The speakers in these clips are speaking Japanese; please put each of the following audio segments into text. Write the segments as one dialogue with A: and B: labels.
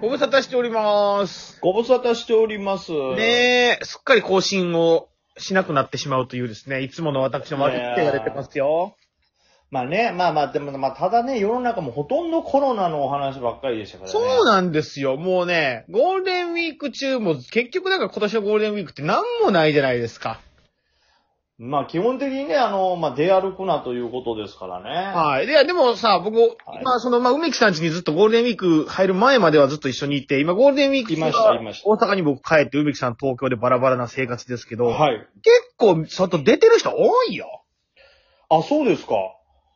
A: ご無沙汰しております。
B: ご無沙汰しております。
A: ねえ、すっかり更新をしなくなってしまうというですね、いつもの私の悪い手が出てますよ。
B: まあね、まあまあ、でも、まあ、ただね、世の中もほとんどコロナのお話ばっかりでしたからね。
A: そうなんですよ。もうね、ゴールデンウィーク中も結局なんか今年のゴールデンウィークって何もないじゃないですか。
B: まあ、基本的にね、あの、まあ、出歩くなということですからね。
A: はい。いや、でもさ、僕、
B: はい
A: まあその、まあ梅木さん家にずっとゴールデンウィーク入る前まではずっと一緒にいて、今ゴールデンウィーク
B: いましたいました
A: 大阪に僕帰って梅木さん東京でバラバラな生活ですけど、
B: はい。
A: 結構外出てる人多いよ。
B: あ、そうですか。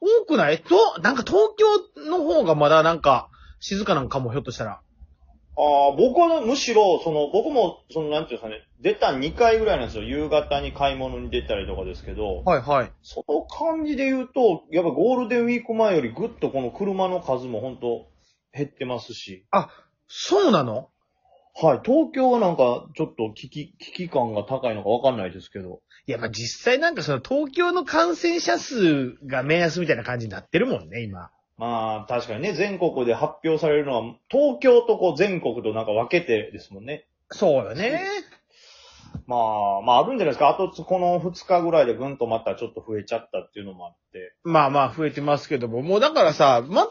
A: 多くないと、なんか東京の方がまだなんか静かなんかもひょっとしたら。
B: ああ、僕はね、むしろ、その、僕も、その、なんていうんですかね、出た2回ぐらいなんですよ。夕方に買い物に出たりとかですけど、
A: はいはい。
B: その感じで言うと、やっぱゴールデンウィーク前よりぐっとこの車の数も本当減ってますし、
A: そうなの
B: はい、東京はなんかちょっと危機、危機感が高いのかわかんないですけど。
A: いや、まあ、実際なんかその東京の感染者数が目安みたいな感じになってるもんね、今。
B: まあ、確かにね、全国で発表されるのは、東京とこう全国となんか分けてですもんね。
A: そうよね。
B: まあ、まああるんじゃないですか。あと、この2日ぐらいでぐんとまたちょっと増えちゃったっていうのもあって。
A: まあまあ、増えてますけども、もうだからさ、全く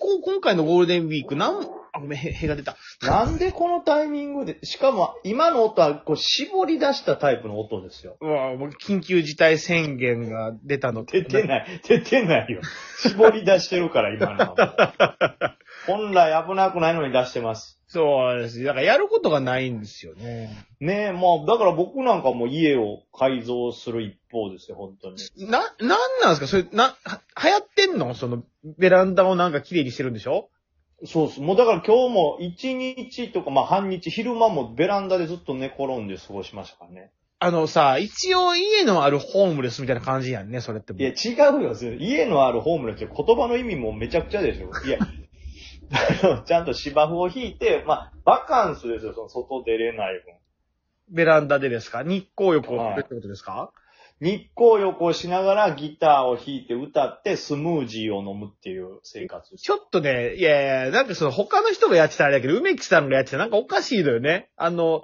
A: こう、今回のゴールデンウィーク、なん、あ、ごめん、へ、へが出た。
B: なんでこのタイミングで、しかも今の音はこう絞り出したタイプの音ですよ。
A: うわもう緊急事態宣言が出たの。
B: 出てない、出てないよ。絞り出してるから、今のはもう。本来危なくないのに出してます。
A: そうです。だからやることがないんですよね。
B: ねえ、まあ、だから僕なんかも家を改造する一方ですよ、本当に。
A: な、なんなんですかそれ、な、は流行ってんのその、ベランダをなんか綺麗にしてるんでしょ
B: そうっす。もうだから今日も一日とか、まあ半日、昼間もベランダでずっと寝転んで過ごしましたからね。
A: あのさ、一応家のあるホームレスみたいな感じやんね、それってもう
B: いや、違うよ。それ家のあるホームレスって言葉の意味もめちゃくちゃでしょ。いや、あ のちゃんと芝生を引いて、まあ、バカンスですよ、その外出れない分。
A: ベランダでですか日光浴をするってことですか
B: 日光浴をしながらギターを弾いて歌ってスムージーを飲むっていう生活です
A: ちょっとね、いやいや、なんかその他の人がやってたらあれだけど、梅木さんがやってたらなんかおかしいのよね。あの、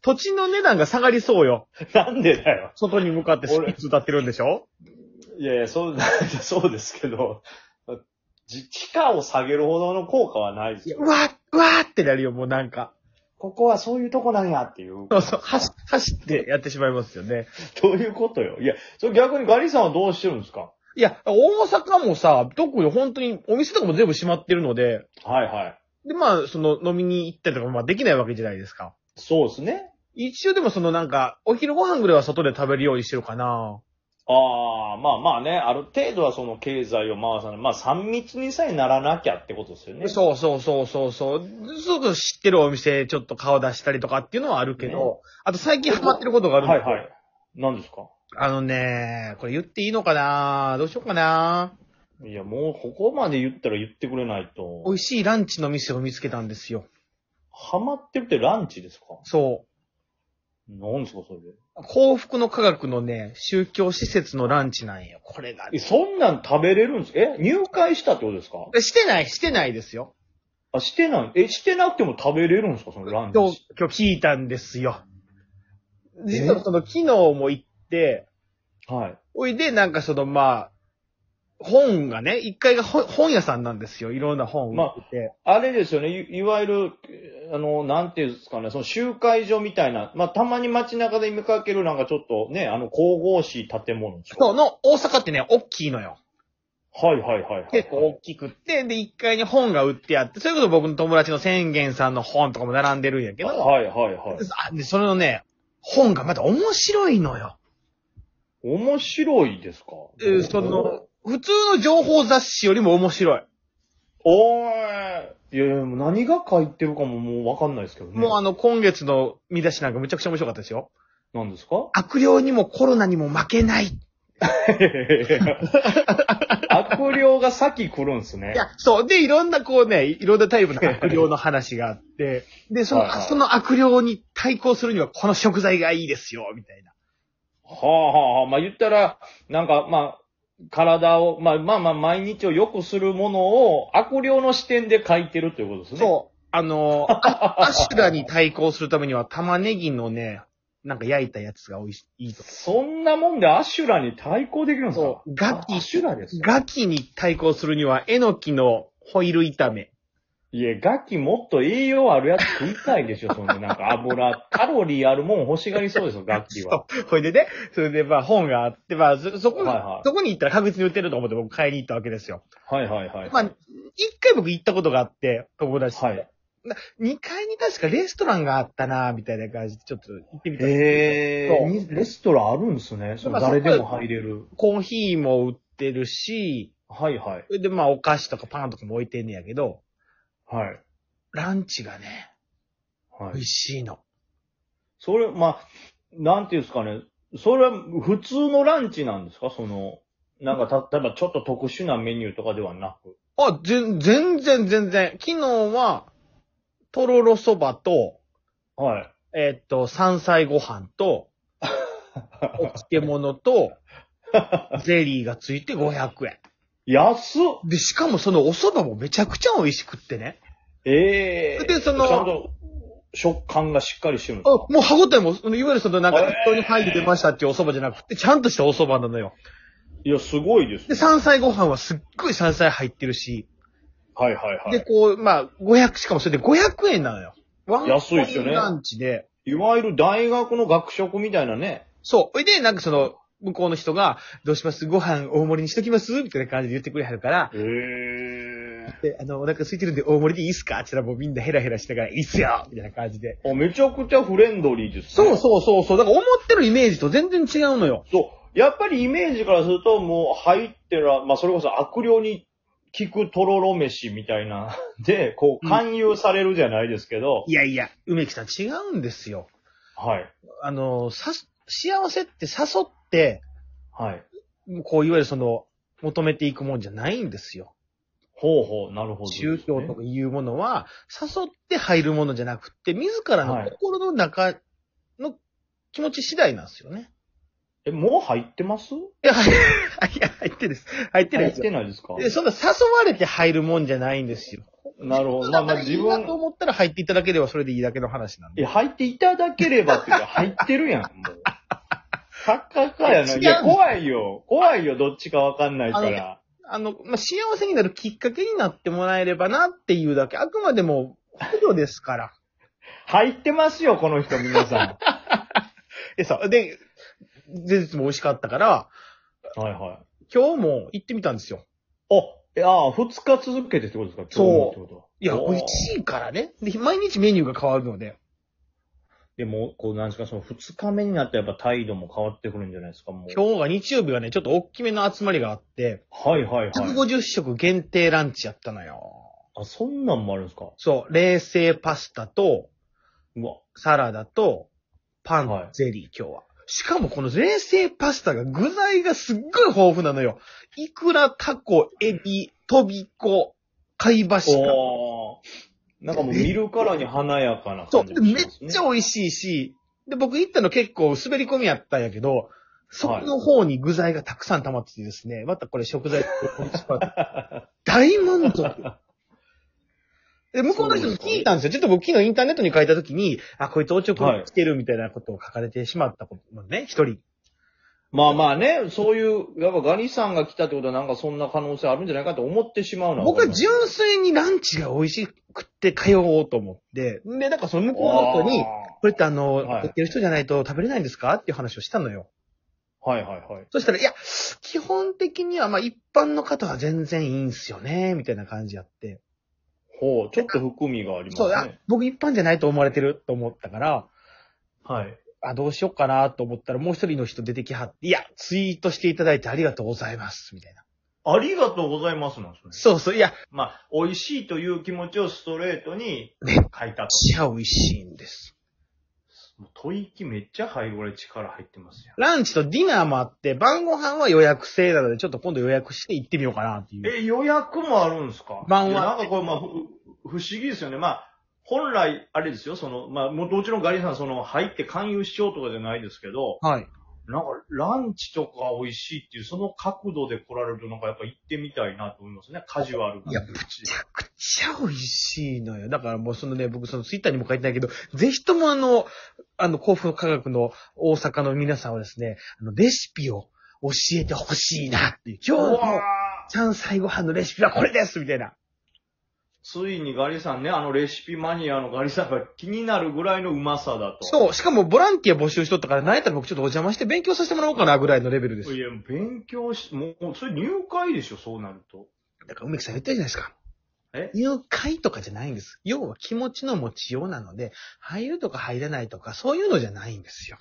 A: 土地の値段が下がりそうよ。
B: なんでだよ。
A: 外に向かってスピッツ歌ってるんでしょ
B: いやいや、そう、 そうですけど、じ地価を下げるほどの効果はないです
A: いや
B: よ
A: う。わうわーってなるよ、もうなんか。
B: ここはそういうとこなんやっていう。
A: そうそう、走、走ってやってしまいますよね。
B: どういうことよ。いや、それ逆にガリさんはどうしてるんですか
A: いや、大阪もさ、特に本当にお店とかも全部閉まってるので、
B: はいはい。
A: で、まあ、その飲みに行ったりとかもまあできないわけじゃないですか。
B: そうですね。
A: 一応でもそのなんか、お昼ご飯ぐらいは外で食べるようにしてるかな。
B: ああ、まあまあね、ある程度はその経済を回さない。まあ3密にさえならなきゃってことですよね。
A: そうそうそうそうそう。すぐ知ってるお店ちょっと顔出したりとかっていうのはあるけど、
B: ね
A: あと最近ハマってることがあるんで
B: は
A: す
B: い
A: よ
B: はい。何ですか
A: あのね、これ言っていいのかなどうしようかない
B: や、もうここまで言ったら言ってくれないと。
A: 美味しいランチの店を見つけたんですよ。
B: ハマってるってランチですか
A: そう。
B: 何ですか、それで。
A: 幸福の科学のね、宗教施設のランチなんよ。これが。
B: え、そんなん食べれるんですえ入会したってことですか
A: えしてない、してないですよ。
B: あ、してない。え、してなくても食べれるんですかそのラン
A: 今
B: チ
A: 日。、今日聞いたんですよ。
B: え
A: 実はその、昨日も行って、
B: はい。
A: おいで、なんかその、まあ、本がね、1階が本本屋さんなんですよ。いろんな本を売ってて。
B: あれですよね。いいわゆる、えーあの、なんていうんですかね、その集会所みたいな、まあ、たまに街中で見かけるなんかちょっとね、あの、神々しい建物ですか
A: そうの、大阪ってね、大きいのよ。
B: はいはいはいはい。
A: 結構大きくって、で、1階に本が売ってあって、それこそ僕の友達の宣言さんの本とかも並んでるんやけど、
B: はいはいはい。
A: あで、それのね、本がまた面白いのよ。
B: 面白いですか
A: えーその、普通の情報雑誌よりも面白い。
B: おーいやいや、もう何が書いてるかももうわかんないですけどね。
A: もうあの、今月の見出しなんかむちゃくちゃ面白かったですよ。
B: 何ですか
A: 悪霊にもコロナにも負けない。い
B: 悪霊が先来るんですね。
A: や、そう。で、いろんなこうね、いろんなタイ プの悪霊の話があって、で、その、
B: はいはい
A: その悪霊に対抗するにはこの食材がいいですよ、みたいな。
B: はあはあはあ、まあ言ったら、なんかまあ、体を、まあまあまあ毎日を良くするものを悪霊の視点で書いてるということですね。
A: そう。あの、あ アシュラに対抗するためには玉ねぎのね、なんか焼いたやつが美味しい、いいと。
B: そんなもんでアシュラに対抗できるんですか
A: そうガキ
B: アシュラですよ。
A: ガキに対抗するには、えのきのホイル炒め。
B: いや、ガキもっと栄養あるやつ食いたいでしょ、そんな。なん か油、カロリーあるもん欲しがりそうですよ、ガキは。
A: ほいでね、 それでまあ本があって、まあそ、そこ、
B: はいはい
A: そこに行ったら確実に売ってると思って僕買いに行ったわけですよ。
B: はいはいはい。
A: まあ、一回僕行ったことがあって、友達と。
B: はい。
A: 二階に確かレストランがあったな、みたいな感じで、ちょっと行ってみた。
B: え
A: そう
B: ー、にレストランあるんですね。その誰でも入れる。
A: コーヒーも売ってるし、
B: はいはい。
A: でまあお菓子とかパンとかも置いてんねやけど、
B: はい。
A: ランチがね、
B: は
A: 美
B: い
A: 味。しいの。
B: それ、まあ、なんていうんですかね。それは普通のランチなんですかその、なんかた、例えばちょっと特殊なメニューとかではなく。
A: あ、全全然全然。昨日は、とろろそばと、
B: はい。
A: えっと、山菜ご飯 と、お漬物 と、ゼリーがついて500円。
B: 安っ
A: で、しかもそのお蕎麦もめちゃくちゃ美味しくってね。
B: ええー。
A: でその
B: ちゃんと食感がしっかりしてるんです
A: あ
B: か
A: もう歯応えも、そのいわゆるそのなんか、
B: えー
A: 一等に入って出ましたっていうお蕎麦じゃなくて、ちゃんとしたお蕎麦なのよ。
B: いや、すごいです
A: で、
B: ね。
A: 山菜ご飯はすっごい山菜入ってるし、
B: はいはいは
A: で、
B: い。
A: こう、まあ、500、しかもそれで500円なのよ。ワン
B: 安いっすよね
A: コインランチで。
B: いわゆる大学の学食みたいなね。
A: そう。ほいで、なんかその、向こうの人が、どうしますご飯大盛りにしときますみたいな感じで言ってくれはるから、
B: ええ
A: で、あの、お腹空いてるんで大盛りでいいっすかって言ったらもうみんなヘラヘラしながら、いいっすよみたいな感じで。
B: ー。あ、めちゃくちゃフレンドリーです、ね。
A: そうそうそうそう。だから思ってるイメージと全然違うのよ。
B: そう。やっぱりイメージからすると、もう入ってら、まあそれこそ悪霊に効くとろろ飯みたいな、 で、こ
A: う
B: う、
A: ん
B: 勧誘されるじゃないですけど、
A: いやいや、梅木さん違うんですよ。
B: はい。
A: あの、さす、幸せって誘って、
B: はい。
A: こう、いわゆるその、求めていくもんじゃないんですよ。
B: ほうほう、なるほど、
A: 宗教とかいうものは、誘って入るものじゃなくって、自らの心の中の気持ち次第なんですよね。
B: え、もう入ってます
A: い や、はい、いや入ってです。入ってる
B: 入
A: ん
B: っ
A: ですよ。
B: てないですか
A: で、そんな誘われて入るもんじゃないんですよ。
B: なるほど。まあま
A: だか
B: あ
A: らい
B: 自
A: いなと
B: 分、
A: 思ったら入っていただければそれでいいだけの話なん
B: い
A: で。
B: や、入っていただければっていうか、入ってる やん、もう。カッカッカやな。い
A: 違
B: や、
A: うんです
B: 怖いよ。怖いよ、どっちかわかんないから。
A: あの、まあ、幸せになるきっかけになってもらえればなっていうだけ。あくまでも、補助ですから。
B: 入ってますよ、この人、皆 さ
A: でさ、で、前日も美味しかったから、
B: ん。はいはい。
A: 今日も行ってみたんですよ。
B: お、いやー、二日続けてってことですか
A: そう
B: 今日もってこと
A: いや、
B: おー
A: 美味しいからね。で、毎日メニューが変わるので。
B: でも、こう、なんですか、その二日目になったらやっぱ態度も変わってくるんじゃないですか、もう。
A: 今日が日曜日はね、ちょっと大きめの集まりがあって、
B: はいはいはい。
A: 150食限定ランチやったのよ。
B: あ、そんなんもあるんですか
A: そう、冷製パスタと、
B: うわ。
A: サラダと、パン、
B: はい
A: ゼリー、今日は。しかもこの冷製パスタが具材がすっごい豊富なのよ。イクラ、タコ、エビ、トビコ、貝柱。
B: おー。なんかもう見るからに華やかな
A: そう。
B: 感
A: で
B: じが
A: め
B: しますね。
A: っちゃ美味しいし、で、僕行ったの結構滑り込みやったんやけど、そこの方に具材がたくさん溜まっててですね、またこれ食材、大満足。で、向こうの人に聞いたんですよ。ちょっと僕昨日インターネットに書いた時に、あ、こいつおちょく
B: はい
A: 来てるみたいなことを書かれてしまったこともね、一人。
B: まあまあね、そういう、やっぱガニさんが来たってことはなんかそんな可能性あるんじゃないかと思ってしまうの
A: 僕は
B: 十
A: 純粋にランチが美味しくって通おうと思って、で、なんかその向こうの人に、これってあの、
B: はい
A: やってる人じゃないと食べれないんですかっていう話をしたのよ。
B: はいはいはい。
A: そしたら、いや、基本的には、まあ、一般の方は全然いいんすよね、みたいな感じやって。
B: ほう、ちょっと含みがありま
A: そう
B: す
A: だ、
B: ね。
A: 僕一般じゃないと思われてると思ったから、
B: はい。
A: あ、どうしようかなと思ったら、もう一人の人出てきはって、いや、ツイートしていただいてありがとうございます、みたいな。
B: ありがとうございますなんですね。
A: そうそう、いや、
B: まあ、美味しいという気持ちをストレートに
A: めっ
B: 書いたと。
A: ちゃ美味しいんです。
B: もう吐息めっちゃ入るぐらい力入ってますよ。
A: ランチとディナーもあって、晩ご飯は予約制なので、ちょっと今度予約して行ってみようかな、っていう。
B: え、予約もあるんですか
A: 晩はい
B: やなんかこれ、まあ、ふ不思議ですよね。まあ、本来、あれですよ、その、まあ、もうもちろんガリさん、その、入って勧誘しようとかじゃないですけど、
A: はい。
B: なんか、ランチとか美味しいっていう、その角度で来られると、なんかやっぱ行ってみたいなと思いますね。カジュアルな。
A: いや、むちゃくちゃ美味しいのよ。だからもうそのね、僕そのツイッターにも書いてないけど、ぜひともあの、あの、甲府科学の大阪の皆さんはですね、あの、レシピを教えてほしいなっていう。今
B: う
A: 日の
B: わー
A: チャン最後飯のレシピはこれですみたいな。
B: ついにガリさんね、あのレシピマニアのガリさんが気になるぐらいのうまさだと。
A: そう、しかもボランティア募集しとったから、なんやったら僕ちょっとお邪魔して勉強させてもらおうかなぐらいのレベルです。
B: いや、勉強し、もう、それ入会でしょ、そうなると。
A: だから梅木さん言ったじゃないですか。
B: え
A: 入会とかじゃないんです。要は気持ちの持ちようなので、入るとか入らないとか、そういうのじゃないんですよ。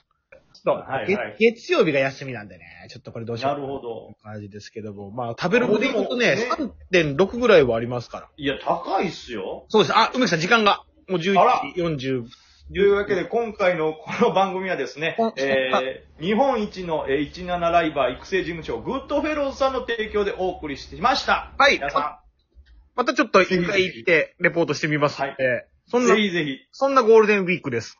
A: そう、
B: はいはい
A: 月月曜日が休みなんでね、ちょっとこれどうしよう
B: なるほど。
A: 感じですけども、まあ食べログで言うとね
B: で、も
A: 3.6ぐらいはありますから。
B: いや、高いっすよ。
A: そうです。あ、梅木さん時間が、もう
B: あら
A: 11時40
B: というわけで、今回のこの番組はですね
A: あ、
B: えー、日本一のえー17ライバー育成事務所、グッドフェローズさんの提供でお送りしてきました。
A: はい
B: 皆さ
A: またちょっと一回行ってレポートしてみますので、そ
B: ん、
A: んな
B: ぜ、ひぜひ。
A: そんなゴールデンウィークです。